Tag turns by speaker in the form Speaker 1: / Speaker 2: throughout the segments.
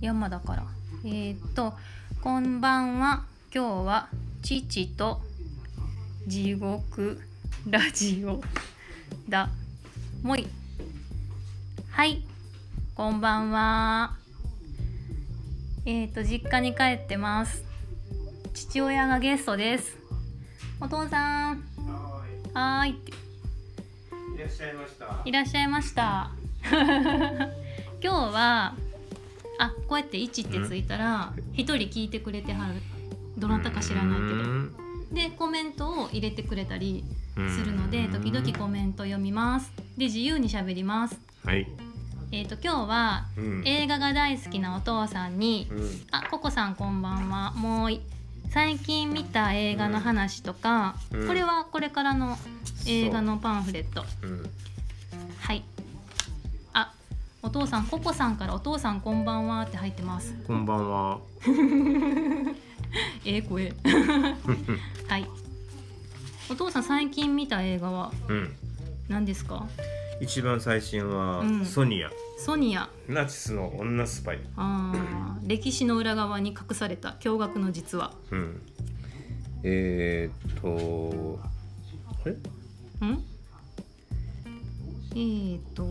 Speaker 1: 山だからえーっと「こんばんは今日は父と地獄ラジオだもい」はいこんばんはえーっと実家に帰ってます父親がゲストですお父さん
Speaker 2: は
Speaker 1: はーいって
Speaker 2: ーいいらっしゃいました。
Speaker 1: いらっしゃいました。 今日はあこうやって1ってついたら一人聞いてくれてはるどなたか知らないけどでコメントを入れてくれたりするので時々コ
Speaker 2: う
Speaker 1: メント読みますで自由にしゃべります
Speaker 2: ん。はい。
Speaker 1: えっ、と今日は
Speaker 2: うん
Speaker 1: 映画が大好きなお父さんに
Speaker 2: うん。
Speaker 1: あココさんこんばんはもうい最近見た映画の話とか
Speaker 2: うん
Speaker 1: これはこれからの映画のパンフレット
Speaker 2: うん。
Speaker 1: はい。あ、お父さんココさんからお父さんこんばんはって入ってます。
Speaker 2: こんばんは。
Speaker 1: ええ声。 はい。お父さん最近見た映画は
Speaker 2: うん。
Speaker 1: 何ですか？
Speaker 2: 一番最新は
Speaker 1: うん
Speaker 2: ソニア、
Speaker 1: ソニア。
Speaker 2: ナチスの女スパイ。
Speaker 1: あー歴史の裏側に隠された驚愕の実話。
Speaker 2: うん。えー、っと、あれ？
Speaker 1: ん？えーと、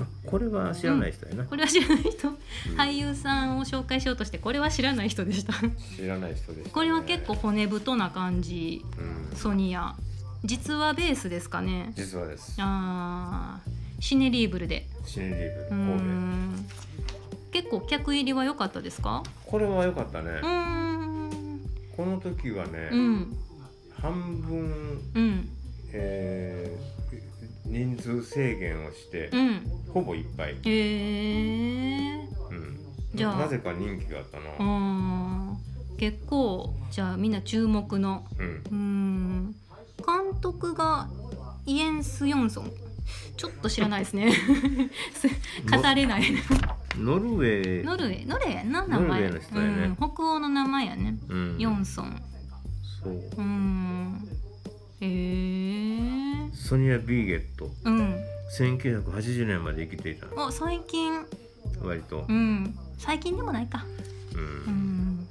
Speaker 2: あこれは知らない人やな。
Speaker 1: これは知らない人、俳優さんを紹介しようとしてこれは知らない人でした。
Speaker 2: 知らない人です、ね。
Speaker 1: これは結構。骨太な感じ。
Speaker 2: うん。
Speaker 1: ソニア。実話ベースですかね。
Speaker 2: 実はです。
Speaker 1: あーシネリーブルで
Speaker 2: シネリー
Speaker 1: うー
Speaker 2: ブ神
Speaker 1: ん結構客入りは良かったですか
Speaker 2: 戸。これは良かったね。
Speaker 1: うーん
Speaker 2: この時はね、
Speaker 1: うん
Speaker 2: 半分
Speaker 1: うん
Speaker 2: えー人数制限をして、
Speaker 1: うん
Speaker 2: ほぼいっぱい、
Speaker 1: えー、
Speaker 2: うん、
Speaker 1: じゃあ
Speaker 2: なぜか人気があったな、
Speaker 1: うーん結構じゃあみんな注目の
Speaker 2: うん
Speaker 1: うーん監督がイエンス・ヨンソンちょっと知らないです ねす語れない
Speaker 2: ノルウェ
Speaker 1: ノルウェーノルウェーな名前
Speaker 2: ノルウェーの人だよね
Speaker 1: うん、北欧の名前やね
Speaker 2: うん
Speaker 1: ヨンソン
Speaker 2: そう
Speaker 1: うーん。へえー。
Speaker 2: ソニア・ビーゲット
Speaker 1: うん。
Speaker 2: 1980年まで生きていた
Speaker 1: あ、最近。
Speaker 2: 割と
Speaker 1: う、ん。最近でもないか。
Speaker 2: う
Speaker 1: うんん。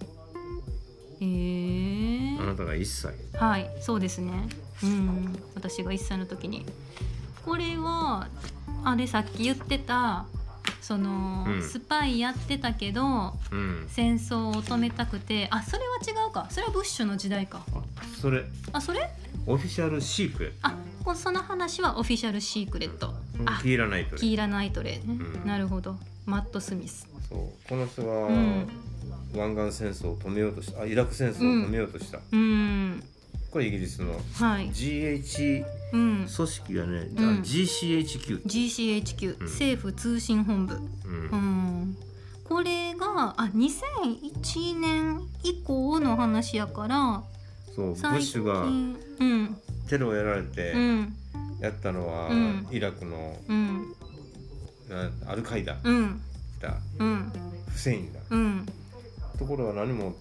Speaker 1: へえ
Speaker 2: あな
Speaker 1: ー。
Speaker 2: たが1歳
Speaker 1: はい、そうですね。うん。私が1歳の時に。これは。あれ、さっき言ってた。その、
Speaker 2: うん
Speaker 1: スパイやってたけど。
Speaker 2: うん
Speaker 1: 戦争を止めたくて、あ、それは違うか。それはブッシュの時代か。
Speaker 2: あそれ
Speaker 1: あ、それ。
Speaker 2: オフィシャルシークレッ
Speaker 1: あ、こその話はオフィシャルシークレット。
Speaker 2: ト
Speaker 1: あ
Speaker 2: キーラ・ナイト
Speaker 1: キ
Speaker 2: で
Speaker 1: ーラ・ナイトレイね、
Speaker 2: うん
Speaker 1: なるほどマット・スミス
Speaker 2: そうこの人は、
Speaker 1: うん
Speaker 2: 湾岸戦争を止めようとしたあイラク戦争を止めようとした、
Speaker 1: うーん
Speaker 2: これイギリスの
Speaker 1: はい、
Speaker 2: GH
Speaker 1: うん、
Speaker 2: 組織がね、あ
Speaker 1: うん
Speaker 2: GCHQ、
Speaker 1: GCHQ、
Speaker 2: うん
Speaker 1: 政府通信本部
Speaker 2: う
Speaker 1: うんんこれがあ2001年以降の話やから
Speaker 2: そうブッ
Speaker 1: 最
Speaker 2: シ
Speaker 1: 近
Speaker 2: ュが
Speaker 1: うん
Speaker 2: テロをやられて
Speaker 1: うん
Speaker 2: やったのは、
Speaker 1: うん
Speaker 2: イラクの
Speaker 1: うん
Speaker 2: なアルカイダ
Speaker 1: うん
Speaker 2: だ
Speaker 1: うん
Speaker 2: フセインだ
Speaker 1: うん
Speaker 2: ところは何も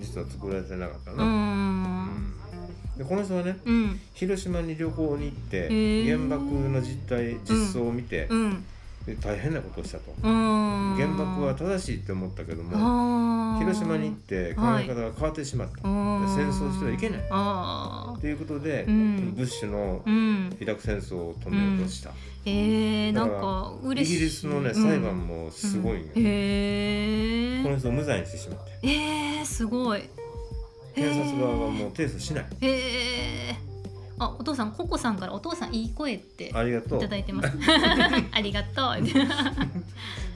Speaker 2: 実は作られてなかった
Speaker 1: う
Speaker 2: な、
Speaker 1: ん
Speaker 2: うんでこの人はね
Speaker 1: うん
Speaker 2: 広島に旅行に行って
Speaker 1: ー
Speaker 2: 原爆の実態実相を見て、
Speaker 1: うん
Speaker 2: で大変なことをしたと
Speaker 1: うん
Speaker 2: 原爆は正しいって思ったけど
Speaker 1: あ
Speaker 2: も
Speaker 1: ー
Speaker 2: 広島に行って考え方が変わってしまった、
Speaker 1: うん
Speaker 2: 戦争してはいけない
Speaker 1: あ
Speaker 2: ということで、
Speaker 1: うん
Speaker 2: ブッシュ
Speaker 1: ー
Speaker 2: の
Speaker 1: うん
Speaker 2: イラク戦争を止めようとした、
Speaker 1: えー、な
Speaker 2: だ
Speaker 1: ん
Speaker 2: から
Speaker 1: か
Speaker 2: イ
Speaker 1: 嬉しい
Speaker 2: ギリスのね裁判もすごいね、
Speaker 1: うんへ
Speaker 2: この
Speaker 1: ー
Speaker 2: 人を無罪にしてしまって
Speaker 1: えー、すごい
Speaker 2: 検察側はもう提訴しない
Speaker 1: へえあお父さんココさんからお父さんいい声ってい
Speaker 2: ありがとう
Speaker 1: ただいてます ありがと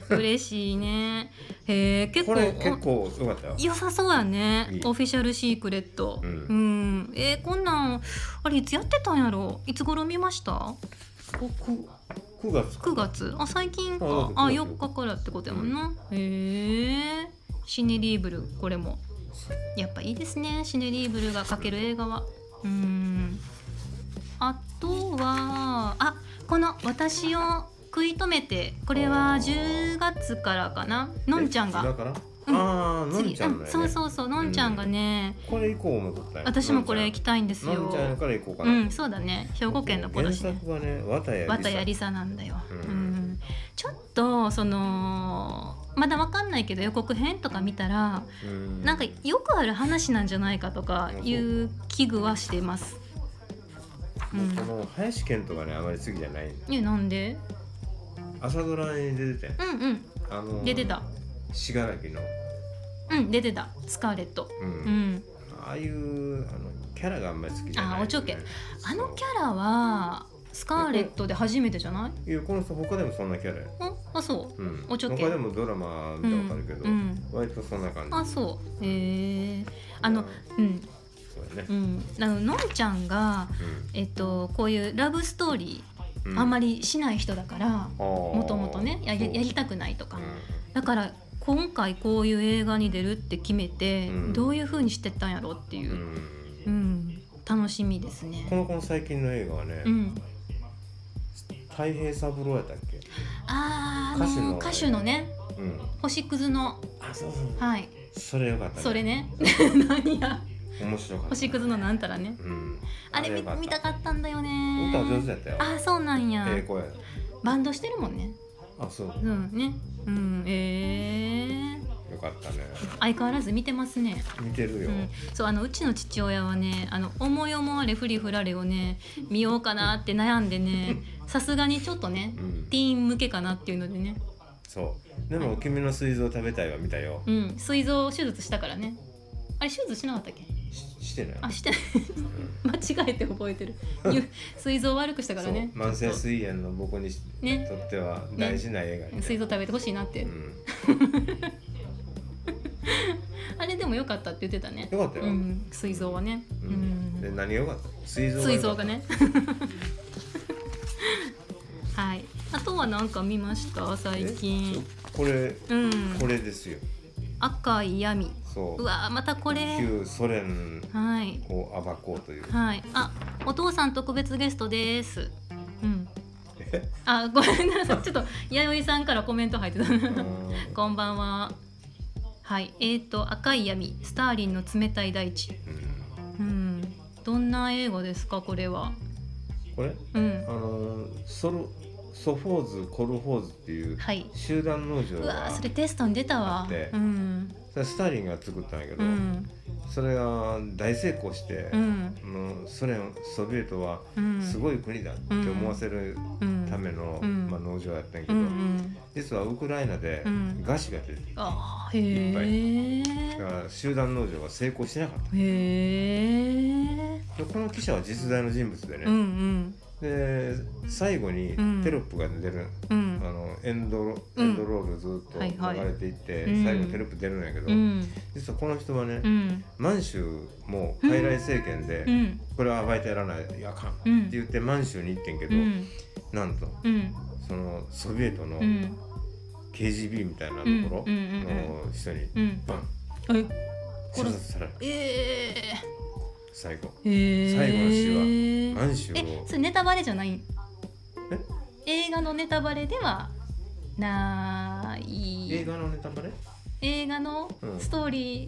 Speaker 1: う 嬉しいねへえ結構
Speaker 2: これ結構良かったよ
Speaker 1: 良さそうやね
Speaker 2: いい
Speaker 1: オフィシャルシークレット
Speaker 2: うん
Speaker 1: んえー、こんなんあれいつやってたんやろいつ頃見ました
Speaker 2: 僕9月
Speaker 1: 9月あ最近か
Speaker 2: あ
Speaker 1: あ
Speaker 2: そうそう
Speaker 1: 4日からってことやもんな、へえシネリーブルこれもやっぱいいですねシネリーブルが描ける映画はうーんあとはあこの「私を食い止めて」これは
Speaker 2: あー
Speaker 1: 10月からかなのんちゃん
Speaker 2: だ
Speaker 1: が
Speaker 2: から、ああのん
Speaker 1: 次
Speaker 2: ちゃんだよ、
Speaker 1: う
Speaker 2: ね
Speaker 1: んそうそうそうのんちゃんがね、
Speaker 2: これ以降も撮ったよ
Speaker 1: 私もこれ行き
Speaker 2: た
Speaker 1: たいんです
Speaker 2: のん
Speaker 1: よ
Speaker 2: ちゃんから行こうか
Speaker 1: う
Speaker 2: な、
Speaker 1: んそうだね兵庫県の子だしね
Speaker 2: 原作はね綿谷りさ
Speaker 1: 綿谷りさなんだよ、
Speaker 2: うん
Speaker 1: うんちょっとそのまだわかんないけど予告編とか見たら
Speaker 2: うん
Speaker 1: なんかよくある話なんじゃないかとかいう危惧はしてます。う
Speaker 2: こ
Speaker 1: ん、
Speaker 2: の林健とかねあまり好きじゃないの
Speaker 1: えなんで
Speaker 2: 朝ドラに出てたよ
Speaker 1: うんうん
Speaker 2: あの
Speaker 1: 出てた
Speaker 2: 信楽の、
Speaker 1: うん出てたスカーレット。
Speaker 2: うん
Speaker 1: うん、
Speaker 2: ああいうあのキャラがあんまり好きじゃない、
Speaker 1: あーおちょけあのキャラはスカーレットで初めてじゃない
Speaker 2: いやこの人他でもそんなキャラよ、
Speaker 1: ああそう
Speaker 2: うん、
Speaker 1: おちょけ
Speaker 2: 他でもドラマ見たことあるけど、
Speaker 1: うんうん
Speaker 2: 割とそんな感じ
Speaker 1: あそうへえあのうん
Speaker 2: そうだね
Speaker 1: う、んあののんちゃんがえっとこういうラブストーリ
Speaker 2: うん
Speaker 1: ーあんま
Speaker 2: り
Speaker 1: りしない人だから
Speaker 2: も
Speaker 1: もともとねやりやりたくないとかだから今回こういう映画に出るって決めて
Speaker 2: うん
Speaker 1: どういう風にしてったんやろって
Speaker 2: う
Speaker 1: い
Speaker 2: ん、う
Speaker 1: う、
Speaker 2: ん
Speaker 1: うん、楽しみです
Speaker 2: こ
Speaker 1: ね
Speaker 2: の子の最近の映画はね、
Speaker 1: うん
Speaker 2: 太平三郎やったっけ、
Speaker 1: あーあの歌
Speaker 2: 歌
Speaker 1: 手
Speaker 2: 手
Speaker 1: の
Speaker 2: の
Speaker 1: ね
Speaker 2: うん、
Speaker 1: 星屑の
Speaker 2: あそうそう、
Speaker 1: はい
Speaker 2: それよかった、ね、
Speaker 1: それね 何や
Speaker 2: 面白かった
Speaker 1: 星屑のなんたらね
Speaker 2: うん、
Speaker 1: あれ見
Speaker 2: よかった
Speaker 1: 見たかったんだよ
Speaker 2: 歌上
Speaker 1: ね
Speaker 2: 手やったよ
Speaker 1: あそうなんや
Speaker 2: ええ声や
Speaker 1: バンドしてるもんね
Speaker 2: あそう
Speaker 1: うんねうんえー、
Speaker 2: よかったね
Speaker 1: 相変わらず見てますね
Speaker 2: 見てるよ、
Speaker 1: うん、そうあのうちの父親はね「あの思い思われふりふられ」をね見ようかなって悩んでねさすがにちょっとね
Speaker 2: うん
Speaker 1: ティーン向けかなっていうのでね
Speaker 2: そうでも「君の膵臓食べたい」は見たよ
Speaker 1: うん膵臓手術したからねあれ手術しなかったっけ
Speaker 2: ししてない
Speaker 1: あして間違えて覚えてるゆ膵臓悪くしたからね
Speaker 2: そう慢性
Speaker 1: ちょっ
Speaker 2: 膵炎の僕にし
Speaker 1: ね
Speaker 2: とっては大事な映画
Speaker 1: と
Speaker 2: ね
Speaker 1: 膵臓食べてほしいなって、
Speaker 2: うん、
Speaker 1: あれでも良かったって言ってたね
Speaker 2: よかったよ
Speaker 1: うん膵臓はね
Speaker 2: う、
Speaker 1: うんん
Speaker 2: で何が良かった膵臓
Speaker 1: 膵
Speaker 2: 良か
Speaker 1: 臓
Speaker 2: った
Speaker 1: がね はいあとは何か見ました最
Speaker 2: え
Speaker 1: 近
Speaker 2: これ
Speaker 1: うん
Speaker 2: これですよ
Speaker 1: 赤い闇
Speaker 2: そう
Speaker 1: うわーまたこれ
Speaker 2: 旧ソ連
Speaker 1: はい
Speaker 2: を暴こ うという
Speaker 1: はいあお父さん特別ゲストですうんあごめんなさいちょっと弥生さんからコメント入ってた
Speaker 2: うん
Speaker 1: こんばんははいえー、と「赤い闇スターリンの冷たい大地
Speaker 2: うん」
Speaker 1: うんどんな映画ですかこれは
Speaker 2: これ
Speaker 1: うん
Speaker 2: あのーソルソフォーズコルフォーズっていう
Speaker 1: はい
Speaker 2: 集団農場
Speaker 1: うわ
Speaker 2: が
Speaker 1: ーそれテストに出た
Speaker 2: あ
Speaker 1: わ
Speaker 2: って
Speaker 1: うん
Speaker 2: それスターリンが作ったんやけど、
Speaker 1: うん
Speaker 2: それが大成功して、
Speaker 1: うん
Speaker 2: あのソ連ソビエトは
Speaker 1: うん
Speaker 2: すごい国だって思わせる
Speaker 1: うん
Speaker 2: ための、
Speaker 1: うん
Speaker 2: まあ、農場やったんやけ
Speaker 1: う
Speaker 2: ど、
Speaker 1: んうん
Speaker 2: 実はウクライナで
Speaker 1: うん
Speaker 2: 餓死が出てる、
Speaker 1: あーへ
Speaker 2: だから集団農場は成功しなかっ
Speaker 1: えへえ
Speaker 2: たでこの記者は実在の人物でね、
Speaker 1: うんうん
Speaker 2: で最後に
Speaker 1: うん
Speaker 2: テロップが出る、
Speaker 1: う
Speaker 2: あ
Speaker 1: ん
Speaker 2: のエンドロ
Speaker 1: う
Speaker 2: エ
Speaker 1: ん
Speaker 2: ンドロールずっと
Speaker 1: はいはい
Speaker 2: 流れていって、
Speaker 1: うん
Speaker 2: 最後テロップ出るんやけど、
Speaker 1: うん
Speaker 2: 実はこの人はね、
Speaker 1: うん
Speaker 2: 満州も傀儡政権で、
Speaker 1: うん
Speaker 2: これは暴いてやらないいやあかん、
Speaker 1: うん
Speaker 2: って言って満州に行ってんけど、
Speaker 1: うん
Speaker 2: なんと
Speaker 1: うん
Speaker 2: そのソビエトの
Speaker 1: うん
Speaker 2: KGB みたいなところ
Speaker 1: うんうんうんうん
Speaker 2: の人に
Speaker 1: うん
Speaker 2: バン射
Speaker 1: 殺
Speaker 2: 殺される
Speaker 1: ええ
Speaker 2: 最後
Speaker 1: え
Speaker 2: 最後
Speaker 1: 詩
Speaker 2: の満州を
Speaker 1: えそれネタバレじゃない映画のネタバレではない
Speaker 2: 映画のネタバレ
Speaker 1: 映画の
Speaker 2: うん
Speaker 1: ストーリー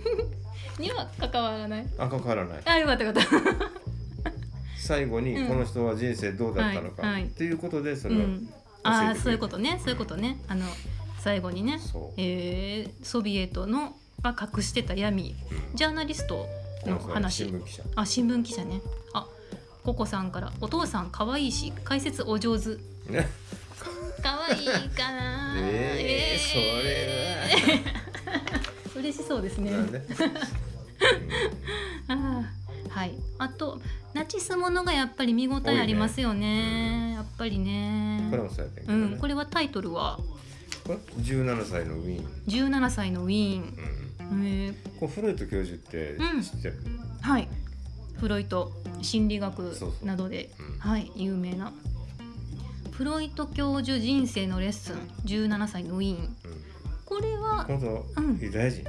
Speaker 1: には関わらない。
Speaker 2: あ関わらない
Speaker 1: あ、よかったよかった。
Speaker 2: 最後に
Speaker 1: うん
Speaker 2: この人は人生どうだったのか、
Speaker 1: はいはい
Speaker 2: っていうことでそうれは、
Speaker 1: ん。ああ、
Speaker 2: 教えてくれる
Speaker 1: そういうことね、そういうことね。あの最後にね、
Speaker 2: そう、
Speaker 1: えー、ソビエトのが隠してた闇、ジャーナリスト
Speaker 2: こ
Speaker 1: の
Speaker 2: の人は
Speaker 1: 話
Speaker 2: 新。聞記者
Speaker 1: あ、新聞記者ね。あ、ココさんからお父さん可愛いし解説お上手。
Speaker 2: ね
Speaker 1: 可愛いかな。
Speaker 2: えー、そ
Speaker 1: え
Speaker 2: れは
Speaker 1: ー嬉しそうですね。
Speaker 2: なんで、
Speaker 1: あーはい、あとナチスものがやっぱり見応えありますよねやっぱり
Speaker 2: う
Speaker 1: ね
Speaker 2: んこれもそうやったんやけ
Speaker 1: う
Speaker 2: どね、
Speaker 1: ん、これはタイトルは
Speaker 2: これ17歳のウィーン、
Speaker 1: 「17歳のウィーン
Speaker 2: うん」
Speaker 1: えー
Speaker 2: これフロイト教授って
Speaker 1: うん
Speaker 2: 知ってる、
Speaker 1: はいフロイト心理学
Speaker 2: そうそう
Speaker 1: などで
Speaker 2: うん
Speaker 1: はい、有名なフロイト教授人生のレッスン17歳のウィーン
Speaker 2: うん
Speaker 1: これは
Speaker 2: 本当、
Speaker 1: うん
Speaker 2: ユダヤ人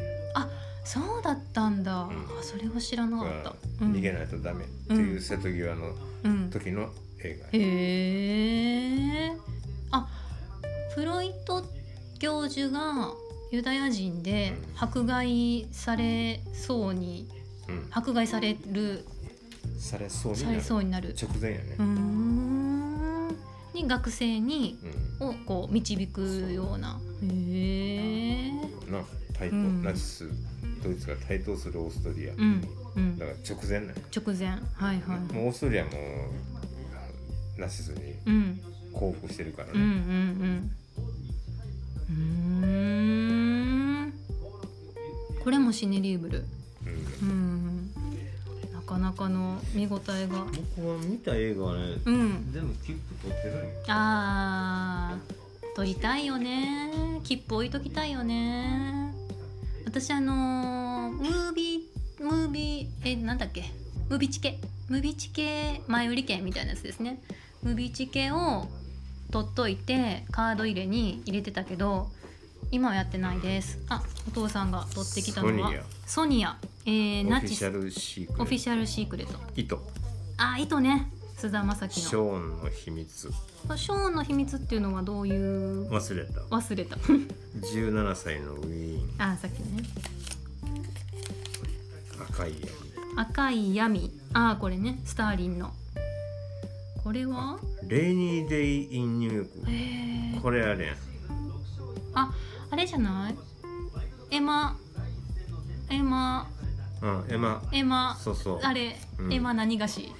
Speaker 1: そうだったんだ、
Speaker 2: ん
Speaker 1: あそれは知らなかった
Speaker 2: が、逃げ
Speaker 1: い、
Speaker 2: ないとダメっていう瀬戸際の
Speaker 1: うん、
Speaker 2: 時の映画、
Speaker 1: へえ。あ、フロイト教授がユダヤ人で
Speaker 2: うん
Speaker 1: 迫害されそうに
Speaker 2: うん
Speaker 1: 迫害される
Speaker 2: されそうに
Speaker 1: さ
Speaker 2: なる
Speaker 1: れそうになる。
Speaker 2: 直前やね
Speaker 1: うー、ん。に学生に
Speaker 2: うん
Speaker 1: をこう導くような。へえ
Speaker 2: な対等、
Speaker 1: うん
Speaker 2: ナチスドイツが対等するオーストリア、
Speaker 1: うんうん
Speaker 2: だから直前なんよ
Speaker 1: 直前はいはい
Speaker 2: もうオーストリアもナチスに
Speaker 1: うん
Speaker 2: 降伏してるから
Speaker 1: うんう
Speaker 2: ね、
Speaker 1: んうんうーんこれもシネリーブル
Speaker 2: うん
Speaker 1: うんなかなかの見応えが
Speaker 2: 僕は見た映画はね、
Speaker 1: うん
Speaker 2: 全部切符取ってるんよ
Speaker 1: あー撮りたいよね切符置いときたいよね私あのームービームービーえなんだっけムービーチケムービーチケ前売り券みたいなやつですねムービーチケを取っといてカード入れに入れてたけど今はやってないですあお父さんが取ってきたのはソニアえー、
Speaker 2: オ
Speaker 1: ナ
Speaker 2: フィ
Speaker 1: チ
Speaker 2: シ
Speaker 1: ス
Speaker 2: ャルシークレット
Speaker 1: オフィシャルシークレット
Speaker 2: 糸
Speaker 1: あー糸ね菅田将暉の
Speaker 2: ショーンの秘密
Speaker 1: ショーンの秘密っていうのはどういう
Speaker 2: 忘れた
Speaker 1: 忘れた
Speaker 2: 17歳のウィーン
Speaker 1: あさっきのね
Speaker 2: 赤い闇
Speaker 1: 赤い闇あこれねスターリンのこれは
Speaker 2: レイニーデイ・イン・ニューヨー
Speaker 1: え
Speaker 2: ク
Speaker 1: ー、
Speaker 2: これあれやん
Speaker 1: ああれじゃないエマエマ
Speaker 2: うんエマ
Speaker 1: エマ
Speaker 2: そうそう
Speaker 1: あれ、
Speaker 2: うん
Speaker 1: エマ何菓子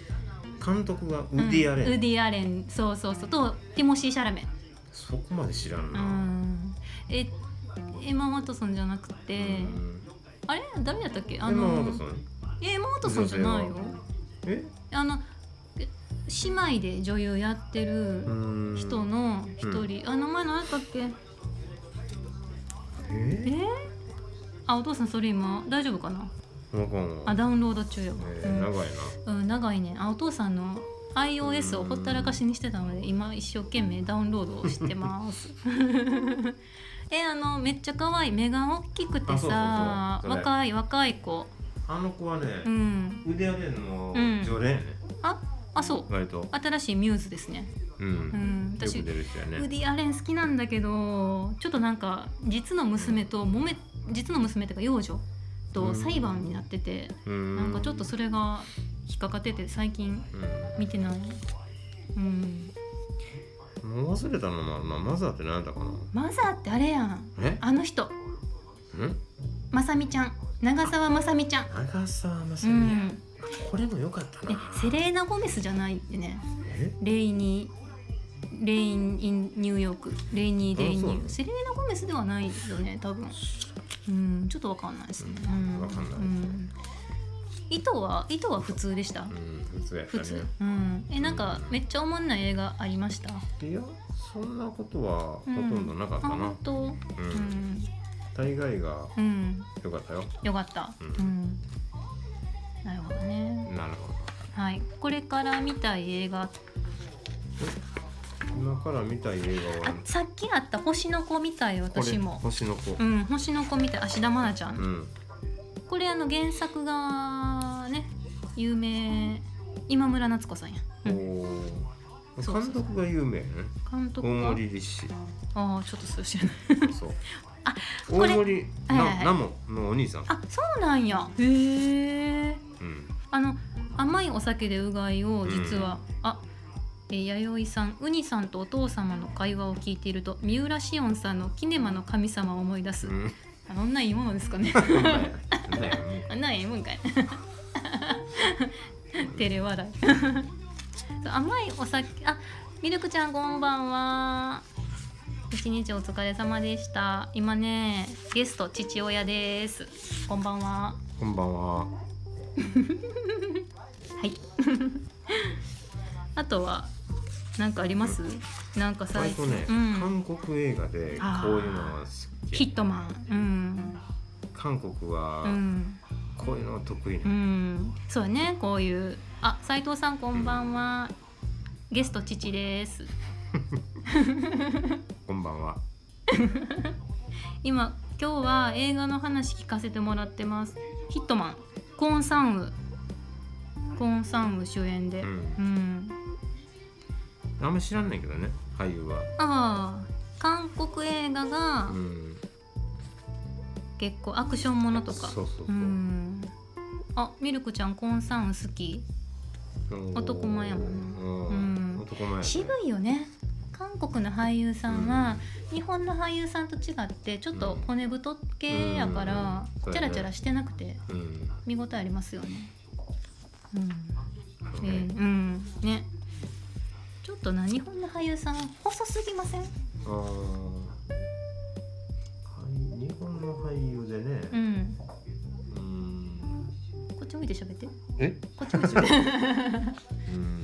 Speaker 2: 監督がウディ・アレン、
Speaker 1: うんウディアレンそうそうそうとティモシー・シャラメ
Speaker 2: そこまで知らん
Speaker 1: う
Speaker 2: な、
Speaker 1: んえエマ・ワトソンじゃなく
Speaker 2: う
Speaker 1: て、
Speaker 2: ん
Speaker 1: あれ誰やったっけあ
Speaker 2: エマ・
Speaker 1: の
Speaker 2: ワトソン
Speaker 1: えエマ・ワトソンじゃないよ
Speaker 2: 女性え
Speaker 1: あのえ姉妹で女優やってる
Speaker 2: うん
Speaker 1: 人の一人、あ名前何やったっけえ
Speaker 2: え
Speaker 1: あお父さんそれ今大丈夫かな
Speaker 2: わかん
Speaker 1: あ
Speaker 2: ない
Speaker 1: ダウンロード中やわ、
Speaker 2: えー、長い
Speaker 1: うん、うん長いねあお父さんの iOS をほったらかしにしてたので今一生懸命ダウンロードをしてます えあのめっちゃ可愛い目が大きくてさ
Speaker 2: あそうそうそうそれ
Speaker 1: 若い若い子
Speaker 2: なあの子はね、
Speaker 1: うん
Speaker 2: ウディ・アレンの
Speaker 1: うん
Speaker 2: 常連やね、
Speaker 1: ああそう
Speaker 2: 割と
Speaker 1: 新しいミューズですね
Speaker 2: うん、
Speaker 1: うん
Speaker 2: よく
Speaker 1: 私
Speaker 2: 出る人や
Speaker 1: ウ
Speaker 2: ね
Speaker 1: ディ・アレン好きなんだけどちょっとなんか実の娘と揉め実の娘とか幼女と裁判になってて、
Speaker 2: な
Speaker 1: なんかちょっとそれが引っかかってて最近
Speaker 2: う
Speaker 1: 見てない、うん、
Speaker 2: ん、もう忘れたのもあるなマザーって何やったかな
Speaker 1: マザーってあれやん
Speaker 2: え
Speaker 1: あの人
Speaker 2: うん
Speaker 1: まさみちゃん長澤まさみちゃん
Speaker 2: 長澤まさ
Speaker 1: う
Speaker 2: みや、
Speaker 1: ん、
Speaker 2: これも良かった
Speaker 1: え
Speaker 2: な
Speaker 1: セレーナ・ゴメスじゃないってね
Speaker 2: え
Speaker 1: レイニーレイン・イン・ニューヨークレイニー・レイニ
Speaker 2: あそうな
Speaker 1: ー
Speaker 2: の
Speaker 1: セレーナ・ゴメスではないよね多分うんちょっとわかんないですね、うん、
Speaker 2: わかんない
Speaker 1: うん、糸は糸は普通でした、
Speaker 2: うん普通やった
Speaker 1: 普
Speaker 2: ね
Speaker 1: 通うんえなんかめっちゃおもんない映画ありました
Speaker 2: いやそんなことはほ
Speaker 1: う
Speaker 2: とんどなかった
Speaker 1: あ
Speaker 2: な
Speaker 1: 本、当うん、
Speaker 2: うん
Speaker 1: うん
Speaker 2: 大概が良かったよ
Speaker 1: よかった、う
Speaker 2: うんん
Speaker 1: なるほどね
Speaker 2: なるほ
Speaker 1: はいこれから見たい映画
Speaker 2: ど今から見たい映画
Speaker 1: あ
Speaker 2: は
Speaker 1: さっきあった「星の子」みたい
Speaker 2: これ
Speaker 1: 私も。
Speaker 2: 星の子
Speaker 1: うん、星の子みたい芦田愛菜ちゃん、
Speaker 2: うん
Speaker 1: これあの原作がね有名今村夏子さんや、う
Speaker 2: お
Speaker 1: ん、
Speaker 2: お
Speaker 1: そうそう
Speaker 2: 監督が有名やね
Speaker 1: 監督
Speaker 2: 大
Speaker 1: が
Speaker 2: 森立志
Speaker 1: ああちょっとそれ知らない
Speaker 2: そう
Speaker 1: あこれ
Speaker 2: 大森
Speaker 1: はいはいはい
Speaker 2: なナモのお兄さん
Speaker 1: あそうなんやへえ
Speaker 2: うん
Speaker 1: あの甘いお酒でうがいを実は、あえー弥生さんウニさんとお父様の会話を聞いていると三浦紫音さんのキネマの神様を思い出す、
Speaker 2: うん
Speaker 1: あんないいものですかね
Speaker 2: ほんまやねほんまやね
Speaker 1: あんなんいいもん かい照れ笑いそう甘いお酒あミルクちゃんこんばんは一日お疲れ様でした今ねゲスト父親ですこんばんは
Speaker 2: こんばんは。
Speaker 1: はい。 あとはなんかあります？なんか最
Speaker 2: 割と
Speaker 1: 近、
Speaker 2: ね、
Speaker 1: うん、
Speaker 2: 韓国映画でこういうのは好
Speaker 1: ヒ
Speaker 2: き。
Speaker 1: ットマン、
Speaker 2: 韓国は
Speaker 1: うん、うん、
Speaker 2: こういうの得意
Speaker 1: う
Speaker 2: な。
Speaker 1: ん、そうやね、こういう。あ、斉藤さんこんばんは。ゲスト父です。
Speaker 2: こんばんは。
Speaker 1: 今今日は映画の話聞かせてもらってます。ヒットマン、コーンサンウ、コーンサンウ主演で、
Speaker 2: う
Speaker 1: うん、
Speaker 2: ん。あんま知らんねんけどね、俳優は。
Speaker 1: ああ、韓国映画が
Speaker 2: うん。
Speaker 1: 結構アクションものとか。
Speaker 2: そうそう
Speaker 1: う
Speaker 2: そう。
Speaker 1: ん。あ、ミルクちゃんコンサーン好き。
Speaker 2: おー
Speaker 1: 男前やもん
Speaker 2: うん
Speaker 1: うん
Speaker 2: 男前やね。
Speaker 1: 渋いよね。韓韓国の俳優さんは、日本の俳優さんと違ってちょっと骨太っ系やから、
Speaker 2: うん
Speaker 1: チャラチャラしてなくて
Speaker 2: うん
Speaker 1: 見応えありますよね。うん、
Speaker 2: そう
Speaker 1: え
Speaker 2: ね
Speaker 1: ーうん、ね。ちょっとな日本の俳優さん細すぎません？
Speaker 2: あーはい日本の俳優でね
Speaker 1: うん。
Speaker 2: うん
Speaker 1: こっち向いて喋って。
Speaker 2: え
Speaker 1: こっち向いて 喋って。
Speaker 2: うん
Speaker 1: うん。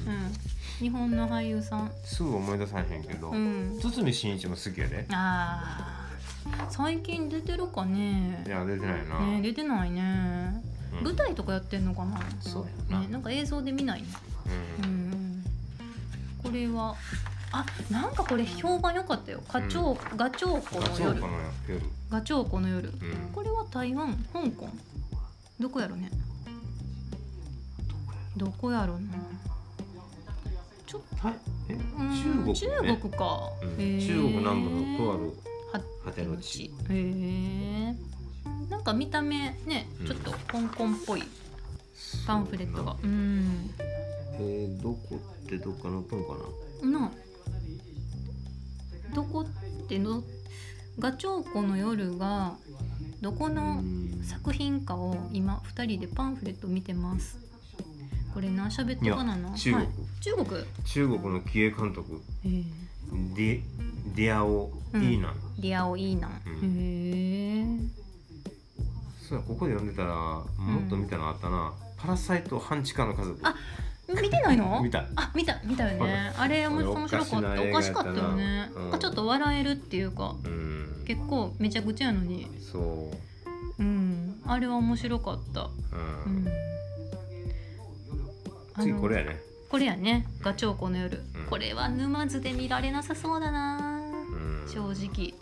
Speaker 1: 日本の俳優さん。
Speaker 2: すぐ思い出さへんけど
Speaker 1: うん。
Speaker 2: 堤真一も好きやで
Speaker 1: ああ。最近出てるかね
Speaker 2: い。や出てないな、
Speaker 1: ね出てないね。
Speaker 2: うん
Speaker 1: 舞台とかやってんのかな。
Speaker 2: そうやな
Speaker 1: ねなんか映像で見ないね。うんうん。これは。あ、なんかこれ評判良かったよ。ガチョウ、ガチョウ
Speaker 2: う
Speaker 1: コ
Speaker 2: ん、
Speaker 1: の
Speaker 2: ガチョウ
Speaker 1: 夜
Speaker 2: コ。の夜
Speaker 1: ガチョウコの夜。
Speaker 2: うん
Speaker 1: これは台湾、香港。どこやろね。どこやろな。ちょっと
Speaker 2: はいえ
Speaker 1: うん
Speaker 2: 中国、ね、
Speaker 1: 中国か。
Speaker 2: うん
Speaker 1: へー
Speaker 2: 中国南部のとある
Speaker 1: は
Speaker 2: 果ての地。
Speaker 1: へえ。なんか見た目ね、
Speaker 2: うん
Speaker 1: ちょっと香港っぽいパンフレットが。うん。
Speaker 2: えー、どこってどっかのくんか
Speaker 1: などこってのガチョウコの夜がどこ
Speaker 2: な
Speaker 1: の
Speaker 2: うん
Speaker 1: 作品かを今2人でパンフレット見てますこれな喋ってかなな
Speaker 2: 中国、
Speaker 1: はい、中国え
Speaker 2: 中国のキエ監督
Speaker 1: え
Speaker 2: デディアオ・イーナン、
Speaker 1: リアオいいなへ
Speaker 2: うん
Speaker 1: え
Speaker 2: そうやここで読んでたらもっと見たのあったな、パラサイト半地下の家族
Speaker 1: あ見てないの
Speaker 2: 見た
Speaker 1: あ見た見たよねあれも面白かった
Speaker 2: これ
Speaker 1: お
Speaker 2: お
Speaker 1: か
Speaker 2: か
Speaker 1: し
Speaker 2: し
Speaker 1: か
Speaker 2: な
Speaker 1: った
Speaker 2: 映画やったな
Speaker 1: よね、
Speaker 2: うん
Speaker 1: なんかちょっと笑えるっていうか
Speaker 2: うん
Speaker 1: 結構めちゃくちゃやのに
Speaker 2: そう
Speaker 1: うんあれは面白かった
Speaker 2: うん、
Speaker 1: うん
Speaker 2: 次これ
Speaker 1: あの
Speaker 2: やね
Speaker 1: これやねガチョウコの夜、
Speaker 2: うん
Speaker 1: これは沼津で見られなさそうだな、
Speaker 2: うん
Speaker 1: 正直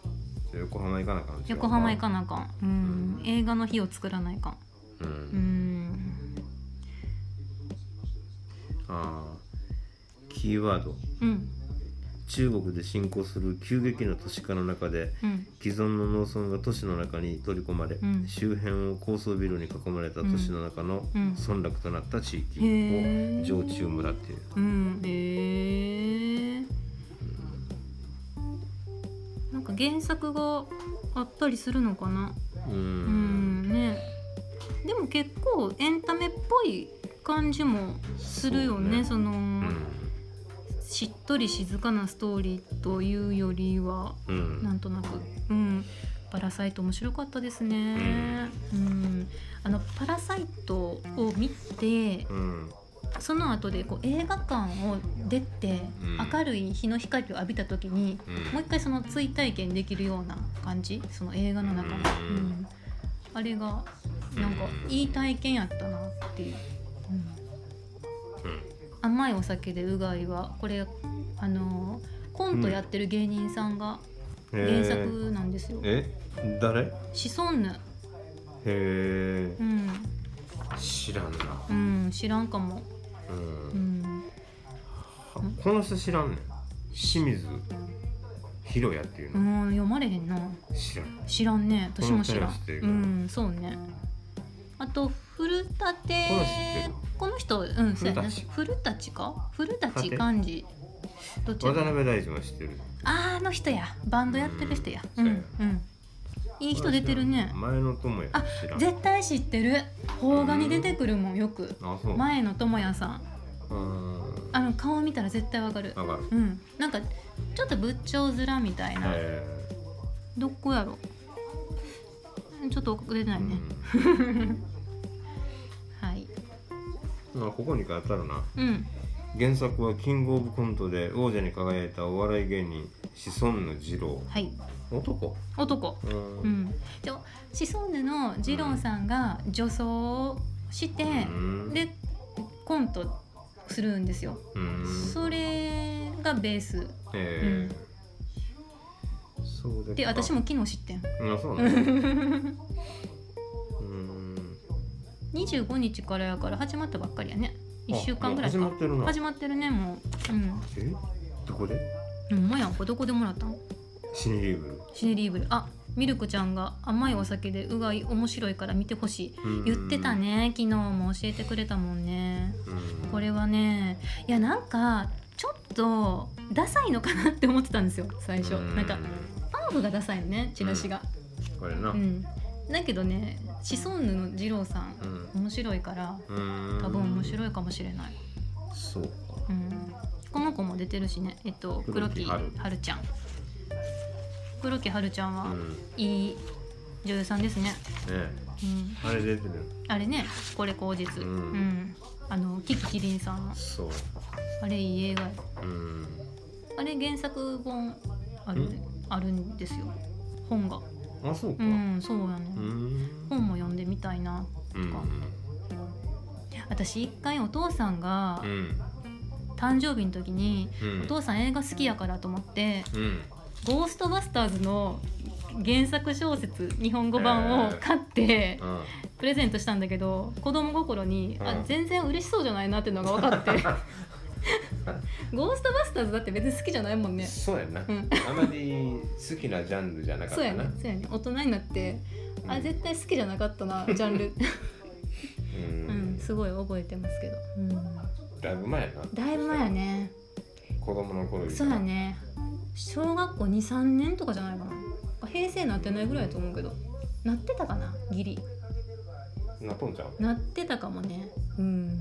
Speaker 2: 横浜行かなあかん
Speaker 1: 横浜行か
Speaker 2: な
Speaker 1: なあかん、うん映画の日を作らないかん
Speaker 2: う、
Speaker 1: うんん
Speaker 2: あーキーワード
Speaker 1: うん
Speaker 2: 中国で進行する急激な都市化の中で
Speaker 1: うん
Speaker 2: 既存の農村が都市の中に取り込まれ、
Speaker 1: うん
Speaker 2: 周辺を高層ビルに囲まれた都市の中の
Speaker 1: うん
Speaker 2: 村落となった地域
Speaker 1: へー
Speaker 2: を常駐村っていう、
Speaker 1: うんへえなんか原作があったりするのかな
Speaker 2: うん
Speaker 1: うんねでも結構エンタメっぽい感じもするよねそ
Speaker 2: そ
Speaker 1: の、
Speaker 2: うん
Speaker 1: しっとり静かなストーリーというよりは
Speaker 2: うん
Speaker 1: なんとなく、うん、パラサイト面白かったですね。うん、あのパラサイトを見て
Speaker 2: うん
Speaker 1: その後でこう映画館を出て
Speaker 2: うん
Speaker 1: 明るい日の光を浴びた時に
Speaker 2: うん
Speaker 1: もう一回その追体験できるような感じその映画の中の、
Speaker 2: うん
Speaker 1: うんあれがなんか
Speaker 2: うん
Speaker 1: いい体験やったなっていう。うん甘いお酒でうがいはこれあのコントやってる芸人さんが
Speaker 2: うん
Speaker 1: 原作なんですよ、
Speaker 2: えーえ誰へ
Speaker 1: シソンヌ
Speaker 2: え
Speaker 1: うん、
Speaker 2: 知らんな、
Speaker 1: うん、知らんかも、う
Speaker 2: う
Speaker 1: んん、
Speaker 2: この人知らんねん清水ひろやっていう
Speaker 1: う
Speaker 2: の、
Speaker 1: ん読まれへんな
Speaker 2: 知らん
Speaker 1: 知らんね私も知らん
Speaker 2: この二人は知ってる
Speaker 1: う
Speaker 2: から
Speaker 1: んそうねあと古舘
Speaker 2: この人知っ
Speaker 1: この人
Speaker 2: てる
Speaker 1: うんそうやな
Speaker 2: 古
Speaker 1: 古
Speaker 2: 舘
Speaker 1: 舘か古
Speaker 2: 古
Speaker 1: 舘
Speaker 2: 舘
Speaker 1: 漢字どっちや
Speaker 2: 渡辺大臣は知ってる
Speaker 1: あーあの人やバンドやってる人やう
Speaker 2: うんん
Speaker 1: うんいい人出てるね
Speaker 2: 前の友也
Speaker 1: あ
Speaker 2: 知らん
Speaker 1: 絶対知ってる邦画に出てくるもんよく
Speaker 2: あそう
Speaker 1: 前野智也さん
Speaker 2: うん
Speaker 1: あの顔見たら絶対わかる
Speaker 2: わかる
Speaker 1: うんなんかちょっと仏頂面みたいな、
Speaker 2: え
Speaker 1: どこやろちょっと出てな
Speaker 2: ー
Speaker 1: いね、はい
Speaker 2: うんまあここに書いてあるな
Speaker 1: うん
Speaker 2: 原作はキングオブコントで王者に輝いたお笑い芸人シソンヌ二郎
Speaker 1: はい
Speaker 2: 男
Speaker 1: 男
Speaker 2: う
Speaker 1: うんんでもシソンヌの二郎さんが女装をして、
Speaker 2: うん
Speaker 1: でコントするんですよ、
Speaker 2: うん
Speaker 1: それがベース
Speaker 2: えーそうで
Speaker 1: で私
Speaker 2: も
Speaker 1: も昨日知ってん
Speaker 2: あそう なんだうん
Speaker 1: 25日からやから始まったばっかりやね
Speaker 2: あ
Speaker 1: 1週間ぐらいか
Speaker 2: もう始まってるな
Speaker 1: 始まってるねもううん
Speaker 2: えどこで
Speaker 1: ほんまやんこれどこでもらったん
Speaker 2: シネリーブ
Speaker 1: シネリーブルあミルクちゃんが甘いお酒でうがい面白いから見てほしい
Speaker 2: ル
Speaker 1: 言ってたね昨日も教えてくれたもんね
Speaker 2: うん
Speaker 1: これはねいやなんかちょっとダサいのかなって思ってたんですよ最初
Speaker 2: うん
Speaker 1: なんかパンフがダサいのねチラシが、
Speaker 2: これな
Speaker 1: うんだけどねシソンヌの二郎さん
Speaker 2: うん
Speaker 1: 面白いから多分面白いかもしれない、
Speaker 2: そうか
Speaker 1: うん、この子も出てるしねえっと黒
Speaker 2: 黒木
Speaker 1: 木
Speaker 2: 華
Speaker 1: 春ちゃん黒木春ちゃんは
Speaker 2: うんね
Speaker 1: いい女優さんですね、
Speaker 2: え
Speaker 1: うん、
Speaker 2: あれ出てる
Speaker 1: あれねこれ口実、う
Speaker 2: うんん
Speaker 1: あのキキキリンさんの
Speaker 2: そう
Speaker 1: あれいい映画や
Speaker 2: うん
Speaker 1: あれ原作本ある
Speaker 2: ん
Speaker 1: あるんですよ本が
Speaker 2: あそうか
Speaker 1: う
Speaker 2: うん
Speaker 1: んそうやね、
Speaker 2: うん
Speaker 1: 本も読んでみたいな
Speaker 2: うん
Speaker 1: 私一回お父さんが
Speaker 2: うん
Speaker 1: 誕生日の時に、
Speaker 2: うん
Speaker 1: お父さん映画好きやからと思って
Speaker 2: うん
Speaker 1: 「ゴーストバスターズ」の原作小説日本語版を
Speaker 2: えー
Speaker 1: 買って
Speaker 2: うん
Speaker 1: プレゼントしたんだけど子供心に、
Speaker 2: う
Speaker 1: あ
Speaker 2: ん
Speaker 1: 全然嬉しそうじゃないなっていうのが分かって ゴーストバスターズだって別に好きじゃないもんね
Speaker 2: そうやな、
Speaker 1: うん
Speaker 2: あまり好きなジャンルじゃなかっ
Speaker 1: そうや
Speaker 2: たな
Speaker 1: ねそうやね大人になってあ
Speaker 2: うん
Speaker 1: 絶対好きじゃなかったなジャン ル
Speaker 2: う
Speaker 1: うん
Speaker 2: ん、
Speaker 1: すごい覚えてますけど、うん、
Speaker 2: だいぶ前やな
Speaker 1: だいぶ前やね
Speaker 2: 子供の頃より
Speaker 1: そうやね小学校23年とかじゃないかな平成なってないぐらいだと思うけどなってたかなギリ
Speaker 2: なっとんちゃう
Speaker 1: なってたかもねうん、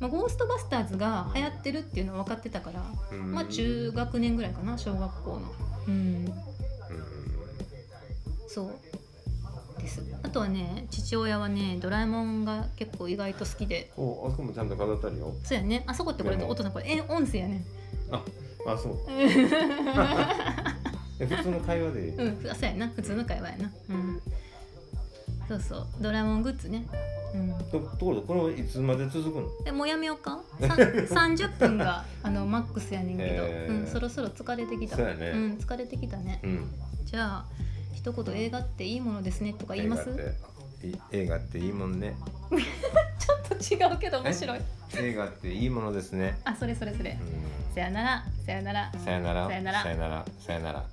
Speaker 1: まあ、ゴーストバスターズが流行ってるっていうのは分かってたから
Speaker 2: うん
Speaker 1: まあ中学年ぐらいかな小学校のうん
Speaker 2: うん
Speaker 1: そうですあとはね父親はねドラえもんが結構意外と好きで
Speaker 2: おあそこもちゃんと飾ってあるよ
Speaker 1: そうやねあそこってこれ
Speaker 2: でも
Speaker 1: 音のこれえ音声や ね
Speaker 2: あそう
Speaker 1: う
Speaker 2: え普通の会話で、うん
Speaker 1: んあそうやな普通の会話やなうんそうそうドラえもんグッズねうん
Speaker 2: とところでこれはいつまで続くの
Speaker 1: えもうやめようかさん 30分があのマックスやねんけど、
Speaker 2: え
Speaker 1: う
Speaker 2: ー
Speaker 1: ん、そろそろ疲れてきた
Speaker 2: そうやね
Speaker 1: うん、疲れてきたね
Speaker 2: うん
Speaker 1: じゃあ一言映画っていいものですねとか言います
Speaker 2: 映画ってい映画っていいもんね
Speaker 1: ちょっと違うけど面白い
Speaker 2: 映画っていいものですね、
Speaker 1: あそれそれそれ
Speaker 2: うん
Speaker 1: さよならさよなら
Speaker 2: さよなら
Speaker 1: さよなら
Speaker 2: さよならさよなら